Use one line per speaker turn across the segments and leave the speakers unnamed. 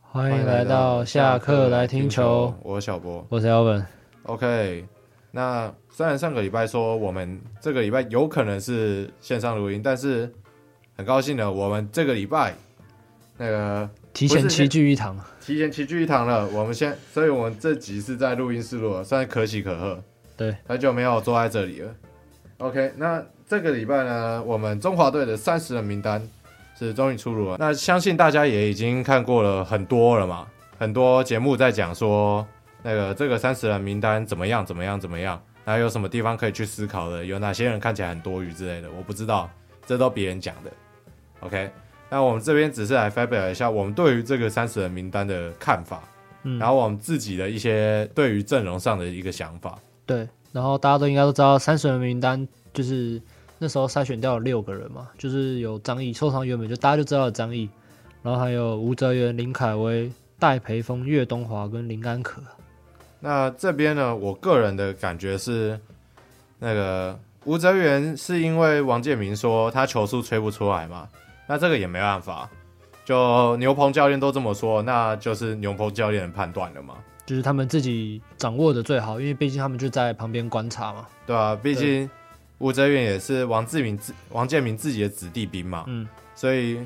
欢迎来到下课来听球，
我是小博。
我是 Alvin。
OK，那虽然上个礼拜说我们这个礼拜有可能是线上录音，但是很高兴的，我们这个礼拜那个
提前
不是
齐聚一堂，
提前齐聚一堂了。我们先，所以我们这集是在录音室录的，算是可喜可贺。
对，
很久没有坐在这里了。OK，那这个礼拜呢，我们中华队的三十人名单是终于出炉了。那相信大家也已经看过了很多了嘛，很多节目在讲说那个这个三十人名单怎么样怎么样怎么样，然后有什么地方可以去思考的，有哪些人看起来很多余之类的，我不知道，这都别人讲的。OK，那我们这边只是来发表一下我们对于这个三十人名单的看法，
嗯
然后我们自己的一些对于阵容上的一个想法。
对，然后大家都应该都知道，三十人名单就是那时候筛选掉了六个人嘛，就是有张毅受伤原本就大家就知道了张毅，然后还有吴哲源、林凯威、戴培峰、岳东华跟林安可。
那这边呢，我个人的感觉是，那个吴哲源是因为王建民说他球速吹不出来嘛，那这个也没办法，就牛棚教练都这么说，那就是牛棚教练的判断了嘛，
就是他们自己掌握的最好，因为毕竟他们就在旁边观察嘛。
对吧、毕竟吴哲源也是王志明自王建民自己的子弟兵嘛，
嗯
所以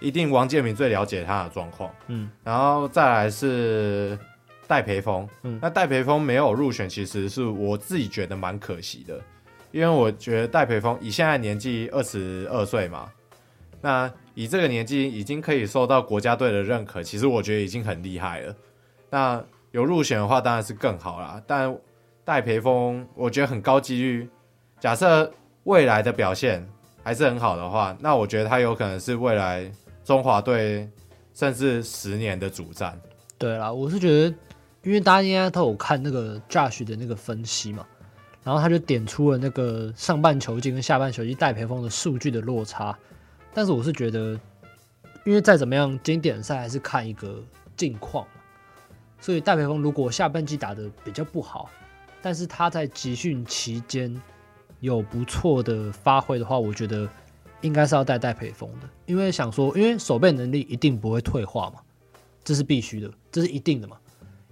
一定王建民最了解他的状况。
嗯，
然后再来是戴培峰，
嗯
那戴培峰没有入选，其实是我自己觉得蛮可惜的，因为我觉得戴培峰以现在年纪二十二岁嘛，那以这个年纪已经可以受到国家队的认可，其实我觉得已经很厉害了。那有入选的话，当然是更好啦。但戴培峰，我觉得很高几率，假设未来的表现还是很好的话，那我觉得他有可能是未来中华队甚至十年的主战。
对啦，我是觉得，因为大家应该都有看那个 Josh 的那个分析嘛，然后他就点出了那个上半球季跟下半球季戴培峰的数据的落差，但是我是觉得，因为再怎么样，经典赛还是看一个近况嘛，所以戴培峰如果下半季打得比较不好，但是他在集训期间有不错的发挥的话，我觉得应该是要带戴培峰的，因为想说，因为守备能力一定不会退化嘛。这是必须的，这是一定的嘛。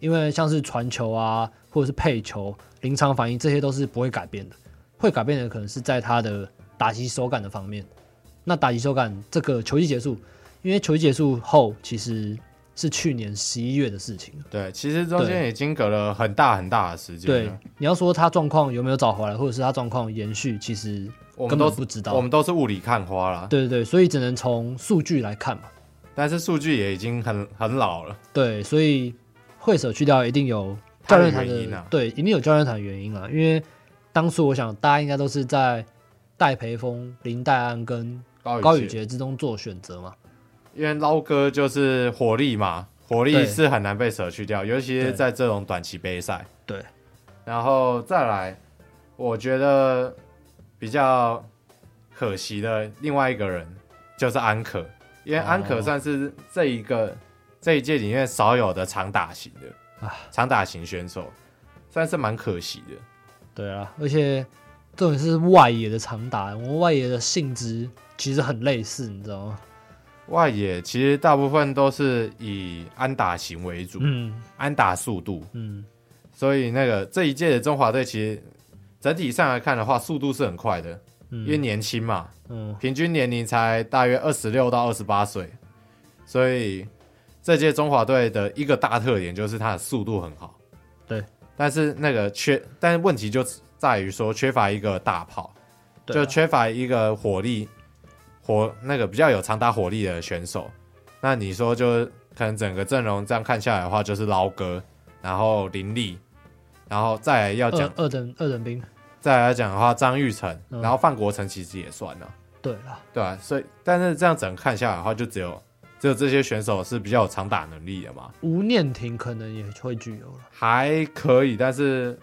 因为像是传球啊，或者是配球、临场反应，这些都是不会改变的。会改变的可能是在他的打击手感的方面。那打击手感，这个球季结束，因为球季结束后其实是去年十一月的事情了。
对，其实中间已经隔了很大很大的时间
对
了。，
你要说他状况有没有找回来，或者是他状况延续，其实
我们
根
都
本
是
不知道
我。们都是雾里看花啦，
对对对，所以只能从数据来看嘛。
但是数据也已经很很老了。
对，所以会所去掉一定有教练
他
团
的原
的
因啊
对，一定有教练团的原因啊。因为当初我想大家应该都是在戴培峰、林黛安跟
高宇
高宇杰之中做选择嘛。
因为捞哥就是火力嘛，火力
对
是很难被舍去掉，尤其是
对
在这种短期杯赛。
对，
然后再来，我觉得比较可惜的另外一个人就是安可，因为安可
哦
算是这一个、这一届里面少有的长打型的
啊
长打型选手，算是蛮可惜的。
对啊，而且这种是外野的长打，我们外野的性质其实很类似，你知道吗？
外野其实大部分都是以安打型为主，
嗯
安打速度，
嗯，
所以那个这一届的中华队其实整体上来看的话，速度是很快的，因为
嗯
年轻嘛，
嗯，
平均年龄才大约二十六到二十八岁，所以这届中华队的一个大特点就是它的速度很好。
对，
但是那个缺，但是问题就在于说缺乏一个大炮，
对
就
啊
缺乏一个火力火那个比较有长打火力的选手。那你说就可能整个阵容这样看下来的话，就是捞哥，然后林立，然后再来要讲、
二二等二等兵，
再来讲的话，张玉成，
嗯
然后范国成其实也算了。
对啦，
对啊，所以但是这样整个看下来的话，就只有只有这些选手是比较有长打能力的嘛，
吴念婷可能也会具有了。
还可以，但是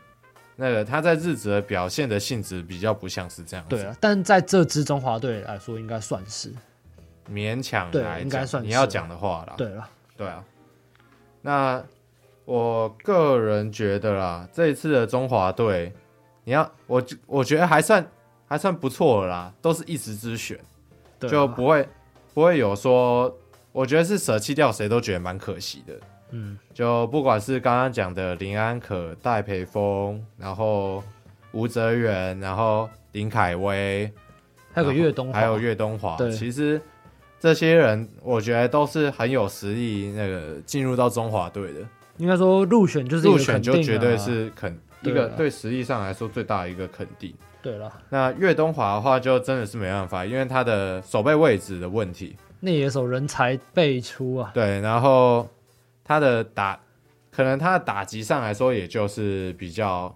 那个他在日职的表现的性质比较不像是这样子，
对啊，但在这支中华队来说，应该算是
勉强
对
来
应该
讲
算是啊
你要讲的话啦，
对了。
对啊，那我个人觉得啦，这一次的中华队，你要我我觉得还算还算不错了啦，都是一时之选。
对啊
就不会不会有说我觉得是舍弃掉谁都觉得蛮可惜的。
嗯，
就不管是刚刚讲的林安可、戴培峰，然后吴哲源，然后林凯威，
还有个
然后
岳东华，
还有岳东华，
对
其实这些人我觉得都是很有实力，那个进入到中华队的。
应该说入选就是一个
入选
肯
就
定
绝
啊
对是肯一
对
个
啊
对实力上来说最大的一个肯定。
对了，
那岳东华的话，就真的是没办法，因为他的守备位置的问题，
内野手人才辈出啊，
对，然后他的打，可能他的打击上来说，也就是比较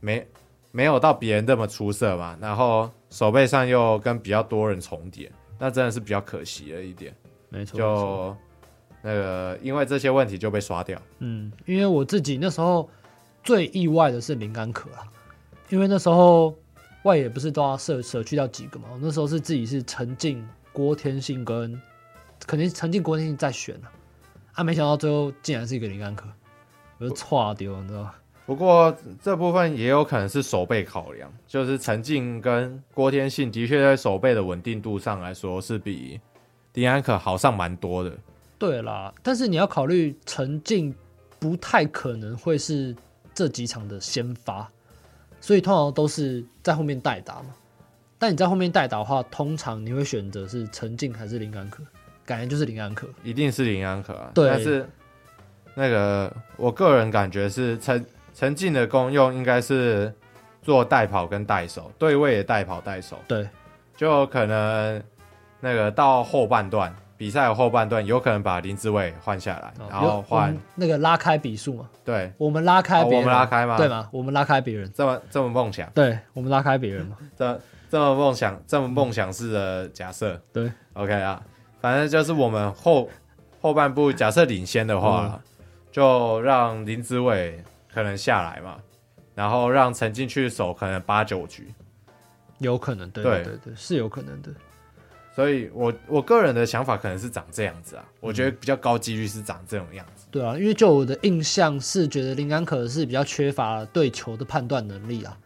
没没有到别人那么出色嘛，然后手背上又跟比较多人重叠，那真的是比较可惜了一点，
没错，没错
就那个因为这些问题就被刷掉，
嗯，因为我自己那时候最意外的是林安可啊，因为那时候外野不是都要舍舍去掉几个嘛，我那时候是自己是陈进、郭天信跟肯定陈进、郭天信在选啊，啊，没想到最后竟然是一个林安可，我就差丢，你知道吗？
不过这部分也有可能是手背考量，就是陈静跟郭天信的确在手背的稳定度上来说是比丁安可好上蛮多的。
对啦，但是你要考虑陈静不太可能会是这几场的先发，所以通常都是在后面代打嘛。但你在后面代打的话，通常你会选择是陈静还是林安可？感觉就是林安可。
一定是林安可啊。
对
但是那个我个人感觉是陈陈静的功用应该是做带跑跟带手，对位也带跑带手，
对，
就可能那个到后半段比赛的后半段，有可能把林志伟换下来，然
哦有
后换
我们那个拉开比数嘛，
对
我们拉开
哦
别人、
我们拉开吗
对嘛，我们拉开别人，
这么这么梦想，
对我们拉开别人 嘛，
这这么梦想这么梦想式的假设
嗯对，
，OK 啊，反正就是我们后后半部假设领先的
嗯
话啦，就让林子伟可能下来嘛，然后让陈进去守可能八九局，
有可能，对
对
对对对，是有可能的。
所以我我个人的想法可能是长这样子啊，
嗯
我觉得比较高几率是长这种样子，
对啊，因为就我的印象是觉得林安可是比较缺乏对球的判断能力啊。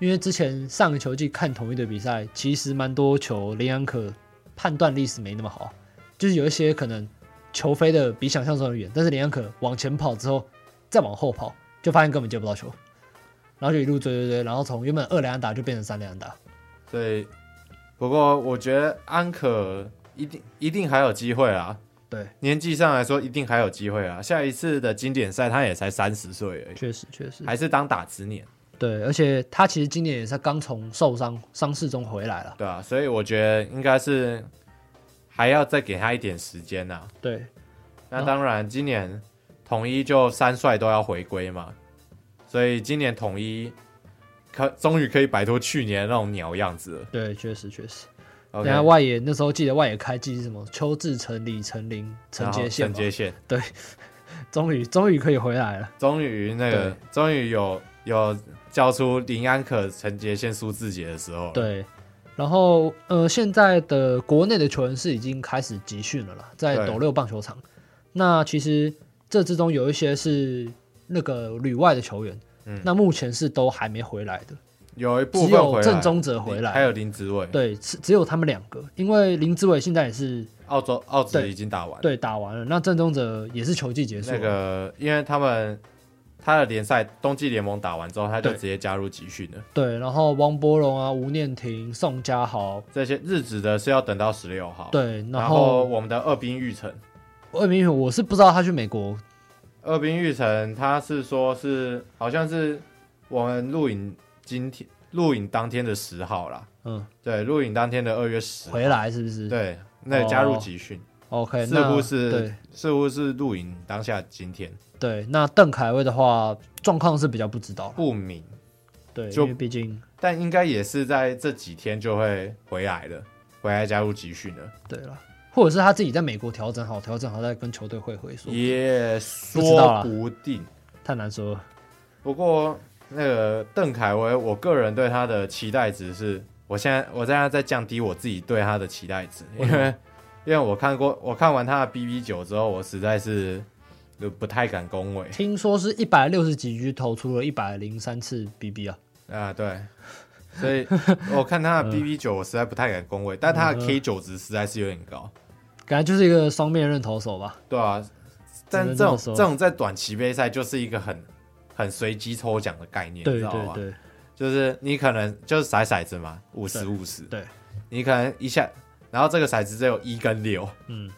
因为之前上个球季看同一队比赛，其实蛮多球林安可判断力是没那么好，啊就是有一些可能球飞的比想象中的远，但是林安可往前跑之后再往后跑，就发现根本接不到球，然后就一路追追追，然后从原本二连安打就变成三连安打。
所以不过我觉得安可一定一定还有机会啊。
对，
年纪上来说，一定还有机会啊！下一次的经典赛，他也才三十岁而已，
确实确实，
还是当打子年，
对，而且他其实今年也是刚从受伤伤势中回来了。
对啊，所以我觉得应该是还要再给他一点时间呐、
对，
那当然，今年统一就三帅都要回归嘛，所以今年统一可终于可以摆脱去年那种鸟样子了。
对，确实确实。
OK，
然后外野那时候记得外野开季是什么？邱志成、李成林、陈
然后
杰宪
陈
嘛，
杰宪
终于终于可以回来了。
终于那个
对
终于有有叫出林安可、陈杰宪、苏志杰的时候了。
对，然后呃，现在的国内的球员是已经开始集训了啦，在
对
斗六棒球场。那其实这之中有一些是那个旅外的球员，
嗯
那目前是都还没回来的，
有一部
只
分
有
回来，
郑宗哲回
还
来。
有林子伟，
对，只只有他们两个，因为林志伟现在也是
澳洲澳职
对
已经打完了。
对打完了，那郑宗哲也是球季结束了，
那个，因为他们他的联赛冬季联盟打完之后，他就
对
直接加入集训了。
对，然后王柏荣啊、吴念婷、宋家豪、
这些日子的是要等到十六号。，
对，
然
然
后
后
我们的二兵玉成，
魏明宇，我是不知道他去美国，
二兵玉成他是说是好像是我们录影今天录影当天的十号啦，
嗯，
对，录影当天的二月十，
回来是不是？
对，那个
哦
加入集训，
，OK，
似
那
乎是
对
似乎是录影当下今天
对。那邓凯威的话，状况是比较不知道了，
不明，
对，
就
因为毕竟
但应该也是在这几天就会回来了，回来加入集训了。
对了，或者是他自己在美国调整好，调整好再跟球队会合，说
也
不知道
说
啦
不定。
太难说了。
不过那个邓凯威，我个人对他的期待值是，我现在我现在在降低我自己对他的期待值，因为因为我看过我看完他的 BB 九之后，我实在是就不太敢恭 维
听说是一百六十几局投出了一百零三次 BB 啊，
啊，对。所嗯以我看他的 BB 九，我实在不太敢恭维，但他的 K 九值实在是有点高，
感觉就是一个双面刃投手吧。
对啊，但
只能
这
这么
种
说
这种在短期杯赛就是一个很很随机抽奖的概念，你
对
知道啊
对
吗？
对，
就是你可能就是骰骰子嘛，五十五十，
对，
你可能一下，然后这个骰子只有一跟六，
嗯，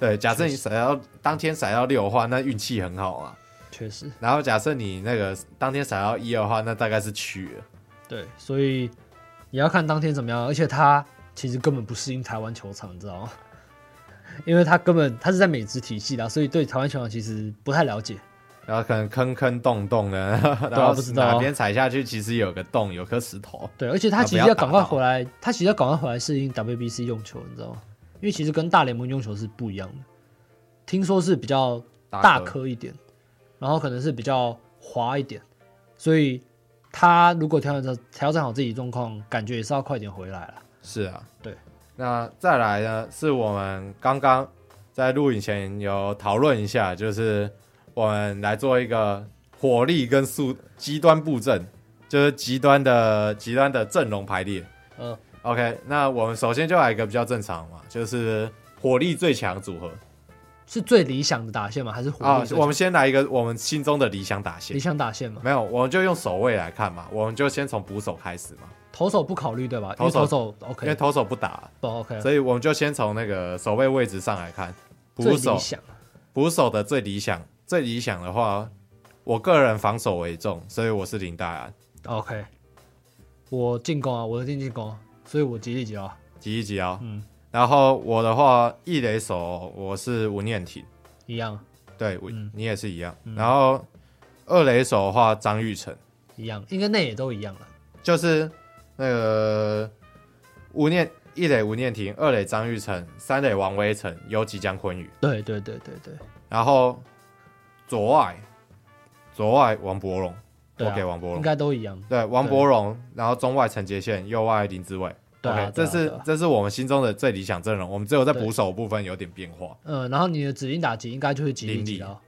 对，假设你骰到当天骰到六的话，那运气很好嘛。
确实
然后假设你那个当天骰到一的话，那大概是去了，
对，所以也要看当天怎么样。而且他其实根本不适应台湾球场，你知道吗？ 因为他根本他是在美职体系的啊、所以对台湾球场其实不太了解。
然后可能坑坑洞洞的， 然后
不知道啊
哪边踩下去其实有个洞，有颗石头，
对，而且
啊
他其实
不要
要赶
打
快
到
回来，他其实要赶快回来适应 WBC 用球，你知道吗？因为其实跟大联盟用球是不一样的，听说是比较大
颗
颗一点，然后可能是比较滑一点，所以他如果调整调整好自己状况，感觉也是要快点回来了。
是啊，
对。
那再来呢，是我们刚刚在录影前有讨论一下，就是我们来做一个火力跟速极端布阵，就是极端的极端的阵容排列。
嗯
OK，那我们首先就来一个比较正常嘛，就是火力最强组合
是最理想的打线吗？还是火
啊
力。最
我
强、
们先来一个我们心中的理想打
理
线，
想打线吗？
没有，我们就用守卫来看嘛，我们就先从捕手开始嘛，
投手不考虑对吧？因为
投
投
手
手
因为
OK
投手不打，
不 OK，
所以我们就先从那个守卫位置上来看，
最
捕手
理想啊
捕手的最理想最理想的话，我个人防守为重，所以我是林黛安，
OK。我进攻啊，我的进进攻啊，所以我吉利吉啊。
吉一吉啊。
嗯，
然后我的话，一垒手我是吴念婷，
一样
对，我
嗯
你也是一样。然后二垒手的话，张玉成
一样，应该内也都一样了。啊
就是那个吴念一垒吴念婷，二垒张玉成，三垒王威成，游击江坤宇，
对对对对对
然后左外左外王柏荣，
对
我给
啊，
王柏
应
荣。
该都一样。
对，王柏荣，然后中外陈杰宪，右外林志伟。
对啊对
OK，这
啊
是、
对啊
这是我们心中的最理想阵容。我们只有在
对
捕手部分有点变化。
嗯，然后你的指定打击应该就是吉利吉啊，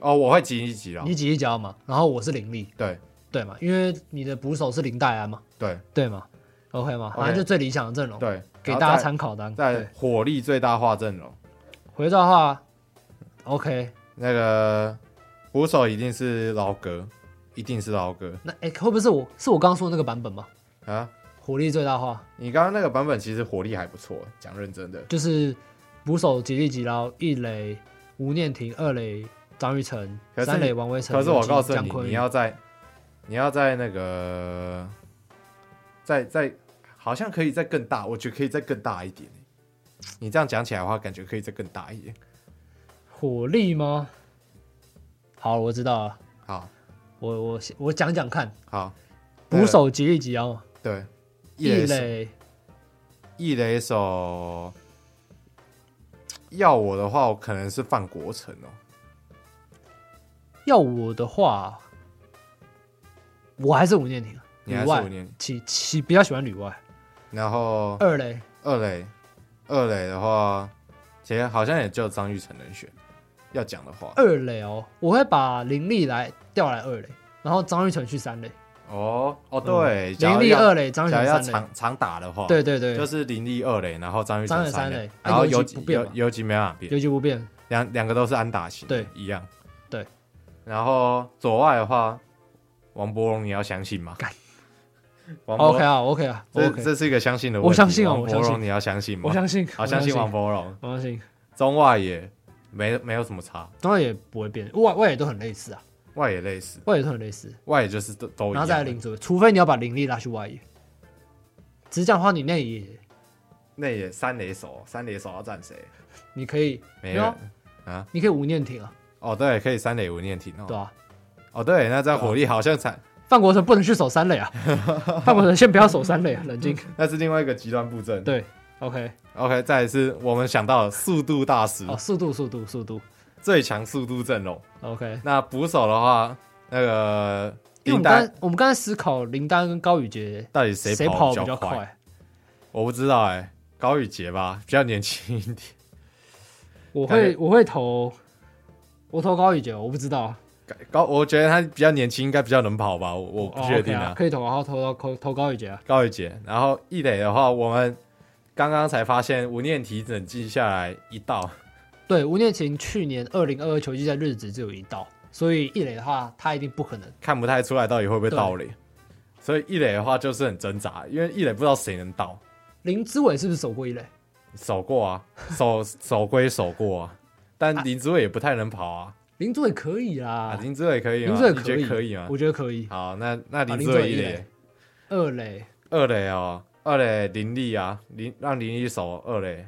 哦，我会急一急了
你。吉利吉啊嘛，然后我是林立，
对
对嘛？因为你的捕手是林黛安嘛，
对
对嘛？OK 嘛？
OK
反正就最理想的阵容，
对，
给
然后
大家
再
参考当。
再
对，
火力最大化阵容，
回到的话，OK，
那个捕手一定是老哥，一定是老哥
那哎、诶会不会是我是我刚刚说的那个版本吗？
啊！
火力最大化
你刚刚那个版本其实火力还不错，讲认真的。
就是捕手吉利吉然后一垒吴念婷，二垒张玉成，
可是
三
你
垒王威成，
可是我告诉
江
你，
坤宇
你要在你要在那个在在好像可以再更大，我觉得可以再更大一点。欸你这样讲起来的话，感觉可以再更大一点。
火力吗？好，我知道了，
好，
我我先我讲讲看，
好，
捕手吉利吉啊，
对，一
一
垒手
垒
一垒手，要我的话，我可能是范国成哦。
要我的话，我还是吴念婷，
你
吕
还是五
外，
年，
其其比较喜欢吕外。
然后
二垒
二垒，二垒的话，其实好像也就张玉成能选。要讲的话，
二垒哦，我会把林立来调来二垒，然后张玉成去三垒，
哦哦，对，假
嗯
如
林立
要
二垒，张玉
假
成
如要
三垒，
常常打的话，，
对对
就
对，
是林立二垒，然后张玉
张
成
远
三
垒
垒，
啊
然后
游
游
击
击
不变
游
嘛
游击没办法变，
游击不变，
两两个都是安打型，
对，
一样，
对。
然后左外的话，王柏荣你要相信吗
干？
王柏
OK 啊 OK 啊
这
OK，
这是一个相信的问题，
我相信啊
王
我
柏
相
荣
信
你要相信吗
我？相信，
好，
我
相信
信
王，柏荣，
我相信，
中外也没没有什么差，
当然也不会变，外外野都很类似啊，
外也类似，
外野都很类似，
外也就是都都一
然后
样
再来
的，
林主，除非你要把林立拉去外野，只是这样的话，你内野
内野三垒手，三垒手要站谁？
你可以
没
没有
有
啊。你可以吴念挺啊，
哦，对，可以三垒无念停哦
对。吧、
哦，对，那这样火力好像才
范国成不能去守三垒 啊，范国成先不要守三垒啊，冷静。
那是另外一个极端布阵。
对，OK，
，OK，再来是我们想到了速度大师、
哦，速度，速度，速度
最强速度阵容。
，OK。
那捕手的话，那个
因为我
林
们刚
丹
才我们刚才思考林丹跟高宇杰
到底
谁
跑
跑比较
快？
快，
我不知道哎、高宇杰吧，比较年轻一点。
我
感
会我会投，我投高宇杰，我不知道，啊
高，我觉得他比较年轻，应该比较能跑吧，我我不
哦
确定啊
OK 啊，可以投，然后投到投投高宇杰啊，
高宇杰，然后一垒的话，我们刚刚才发现吴念婷整季下来一道，
对，吴念琴去年二零二二球季在日职只有一道，所以一垒的话，他一定不可能。
看不太出来到底会不会倒垒，所以一垒的话就是很挣扎，因为一垒不知道谁能倒，
林志伟是不是守过一垒？
守 过啊，守守归守过啊，但林志伟也不太能跑啊，
林志伟可以啦
啊，，林志伟可以吗？
林志伟
你觉
以，
得可以啊吗？
我觉得可以。
好，那那林
林
志
志
伟
伟
一
一
垒
垒、二垒
二垒哦，二垒林立啊，林让林立守二垒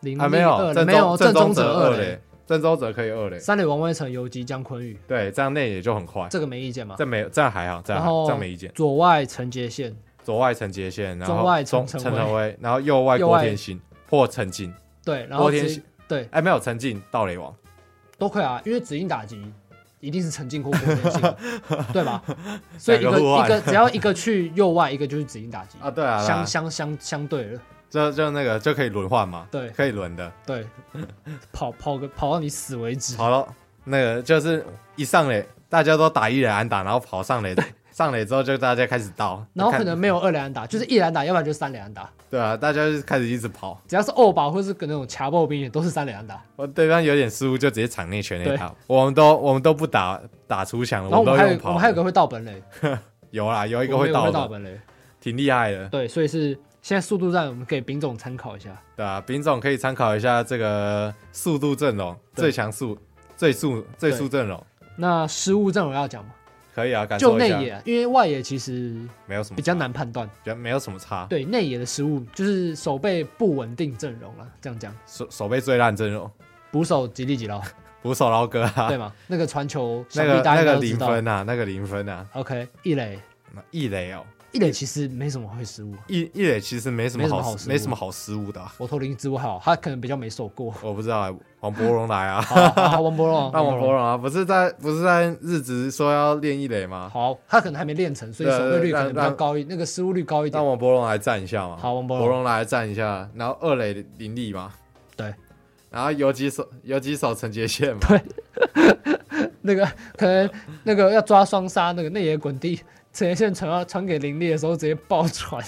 林
啊，
立
没有
二垒
郑
没有
郑
宗
哲
二
垒，，郑宗哲可以二垒，
三垒王威成、游击江坤宇，
对，这样内野就很快，
这个没意见嘛？
这没这样还好，这样
啊然
还好
后
这样没意见。
左外陈杰宪，
左外陈杰宪，然后
中外
中
陈
陈
陈
腾威，然后右外
右
郭
外
天信或陈进，
对，然
郭
后
天
直
信
对
哎，没有陈进盗垒王，
都可以啊，因为指定打击一定是陈进或郭天 信，对吧？所以一
两
个
个互换
一个只要一个去右外，一个就是指定打击
啊，对啊，
相
相
相相相对了，
就就那个就可以轮换嘛，
对
可以轮的。
对，跑跑个跑到你死为止。
好了，那个就是一上垒大家都打一垒安打，然后跑上垒，上垒之后就大家开始倒，
然后
看
可能没有二垒安打，就是一垒安打，要不然就是三垒安打。
对啊，大家就开始一直跑，
只要是欧保或是那种卡爆兵，也都是三垒安打。
我对方有点失误就直接场内全垒打，我们都我们都不打打出墙了，
然后我
们
们
都
还
用
有
跑
我
的，
们还有个会盗本垒，
有啦，有一
一
个会倒
会
的，
本垒。
挺厉害的，
对，所以是现在速度战，我们给丙总参考一下。
对啊，丙总可以参考一下这个速度阵容，
对
最强速、最速、最速阵容，
那失误阵容要讲吗？
可以啊，感
就
受一
内
下，嗯
野啊，因为外野其实
没有什么
比较
差，
难判断。
比较没有什么差，
对，内野的失误就是手背不稳定阵容了，这样讲。
手手背最烂阵容，
捕手吉利吉 劳，
捕手捞哥啊，
对吗？那个传球，
那
想
个
必大家
那
应该
个
都知
零
道。
分啊，那个零分啊，
OK，一垒，
那一垒哦，
一垒其实没什么会失误。
一一垒其实没什么
没什么
好
好失误
没什么好失误的啊、
我投林之我好，他可能比较没守过。
我不知道、啊，王伯荣来啊。
好好，好王博龙，
那王伯荣啊，不是在不是在日职说要练一垒吗？
好，他可能还没练成，所以
对
守备率
让
可能比较
让
高一，那个失误率高一
让
点。
王伯荣来站一下嘛。
好，王博
伯
龙，
荣来站一下，然后二垒林立嘛。
对。
然后有几手有几手陈杰宪嘛，
那个可能那个要抓双杀，那个内野滚地，陈彦宪传到传给林立的时候直接爆传，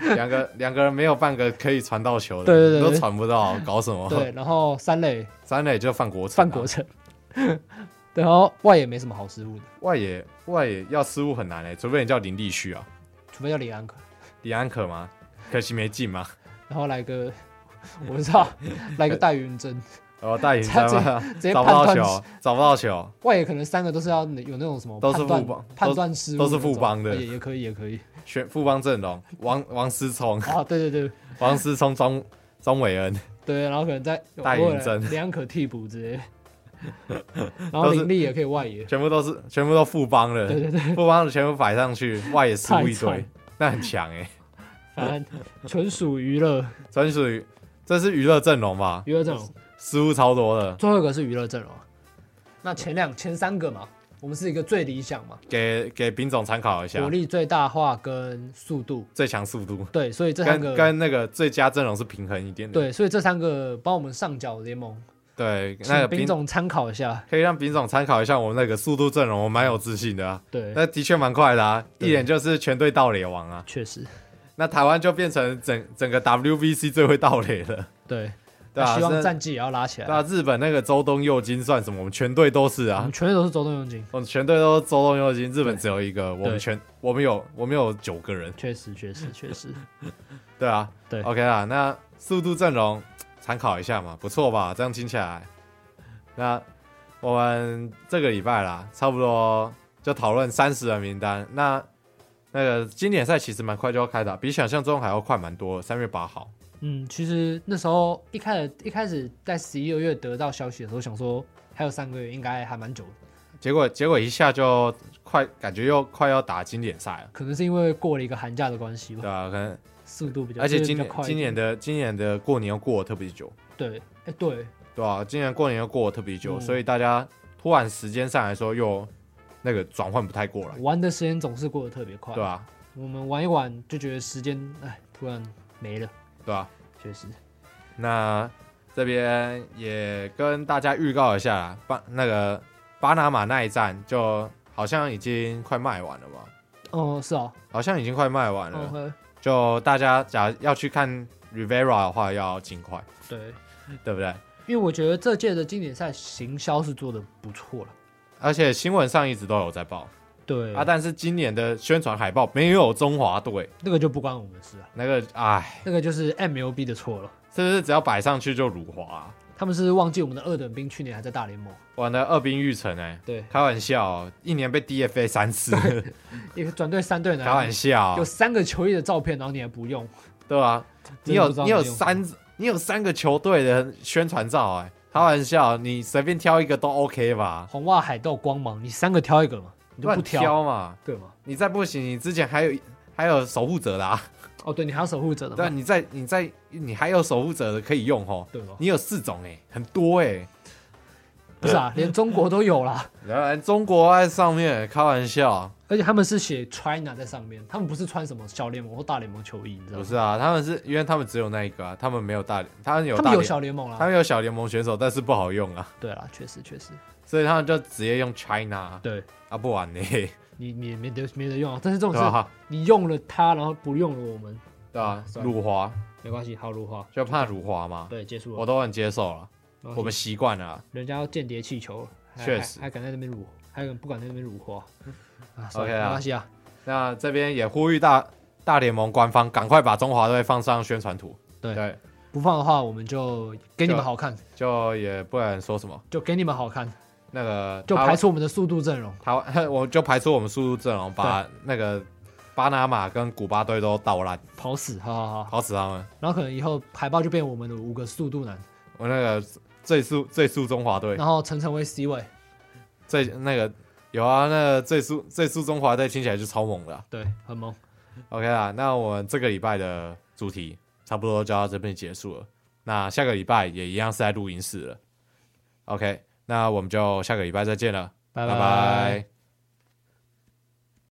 两个两个人没有半个可以传到球的，
对对对对
都传不到，搞什么？
对，然后三垒
三垒就范国成、啊
范国，成，
哦
然后外野没什么好失误的，
外野外野要失误很难哎、除非你叫林立旭啊，
除非叫李安可，
李安可吗？可惜没进嘛。
然后来 个我不知道，来个戴云真，
然后大影山 嘛，
直接
找
判
不到
断
球，找不到球，
外野可能三个都是要有那种什么
都是
判断
富邦
判断失误
都是
那种哎
富邦的
也也可以也可以
选富邦阵容，王王思聪，
啊，对对对。
王思聪庄庄伟恩，
对，然后可能在
戴云真
两可替补之类， 然后林立也可以外野，
全部都是全部都富邦的，
对对对，
富邦的全部摆上去，外野失误
太
一堆
惨，
那很强哎、
反正纯属娱乐，
专属于这是娱乐阵容吧，
娱乐阵容。
失误超多的，
最后一个是娱乐阵容，那前两前三个嘛，我们是一个最理想嘛，
给给丙总参考一下
火，力最大化跟速度，
最强速度
对，所以这三
跟
个
跟那个最佳阵容是平衡一点的，
对，所以这三个帮我们上缴联盟，
对，那个
请
丙
丙
总
总参考一下，
可以让丙总参考一下我们那个速度阵容，我蛮有自信的啊，
对，
那的确蛮快的啊，
对
一眼就是全队盗垒王啊。
确实
那台湾就变成整整个 WBC 最会盗垒了，
对，
对
那
啊，
希望
是
战绩也要拉起
对啊，
来，
日本那个周东佑金算什么？我们全队都是
我
啊
们，全队都是周东勇景，
我们全队都是周东佑金，日本只有一个，我们
对
全我们有我们有九个人，
确实确实确实，
对啊，
对
，OK 啦，那速度阵容参考一下嘛，不错吧？这样听起来，那我们这个礼拜啦，差不多就讨论三十人名单。那那个经典赛其实蛮快就要开啊打，比想象中还要快蛮多，三月八号。
嗯，其实那时候一开始一开始在十一二月得到消息的时候，想说还有三个月，应该还蛮久的。
结果结果一下就快，感觉又快要打经典赛了，
可能是因为过了一个寒假的关系吧，
对啊，可能
速度比较，
而且
就是
今
比较
年
快一
今
点。
年的今年的过年又过得特别久，
对，哎对，
对吧、今年过年又过得特别久，
嗯
所以大家突然时间上来说又那个转换不太过来，
玩的时间总是过得特别快。
对吧、啊？
我们玩一玩就觉得时间哎突然没了，
对吧、
确实。
那这边也跟大家预告一下啦，巴那个巴拿马那一站就好像已经快卖完了吧？
哦、是哦，
好像已经快卖完了，
嗯，
就大家假如要去看 Rivera 的话，要尽快，
对，
对不对？
因为我觉得这届的经典赛行销是做的不错了。
而且新闻上一直都有在报
对
啊，但是今年的宣传海报没有中华队，
那个就不关我们事啊，
那个哎，
那个就是 MLB 的错了。
是不是只要摆上去就辱华、啊？
他们是忘记我们的二等兵去年还在大联盟，
玩的二兵育成哎、
对，
开玩笑哦、一年被 DFA 三次，
一个转队三队
开
呢
玩，笑
啊
哦、
有三个球衣的照片，然后你还不用，
对啊，你
真的
有
不知道
你有
没用
三你有三个球队的宣传照哎、开玩笑，你随便挑一个都 OK 吧？
红袜、海盗、光芒，你三个挑一个嘛，你就
乱
不
挑嘛，
对吗？
你再不行，你之前还有还有守护者的啊，
哦，对你还有守护者的
对啊，
嘛，
你再你再你还有守护者的可以用哦，
对吗？
你有四种哎、很多哎、
不是啊，连中国都有啦，
然后中国在上面开玩笑，
而且他们是写 China 在上面，他们不是穿什么小联盟或大联盟球衣，你知道
不
吗？
是啊，他们是因为他们只有那一个啊，他们没有大，他们有
他
大
们有
联，
小联盟啦
啊他，们有小联盟选手，但是不好用啊，
对啦，确实确实，
所以他们就直接用 China
对
啊，不玩呢、
你你也没得没得用啊，但是这
对
种是
吧、
你用了它，然后不用了我们，
对啊，
算了
辱华
没关系，好如花，
就怕辱华嘛，
对，哦结束
我
了，
都很接受了，
没关系
我们习惯了啊。
人家要间谍气球了，还
确实
还还敢在那边辱，还敢不敢在那边辱 花啊算
OK
了
啊
没关系啊，
那这边也呼吁大大联盟官方赶快把中华队放上宣传图，
对
对，
不放的话我们就给你们
就
好看，
就也不能说什么
就给你们好看，
那个
就
台湾
排除我们的速度阵容，
台湾， 我就排除我们速度阵容，把那个巴拿马跟古巴队都倒烂，
跑死，好好好，
好死他们！
然后可能以后海报就变我们的五个速度男，
我那个最速最速中华队，
然后陈晨为 C 位，
最那个有啊，那个最速最速中华队听起来就超猛的啊、
对，很萌，
OK 啦，那我们这个礼拜的主题差不多就到这边结束了。那下个礼拜也一样是在录音室了。OK，那我们就下个礼拜再见了，拜
拜
拜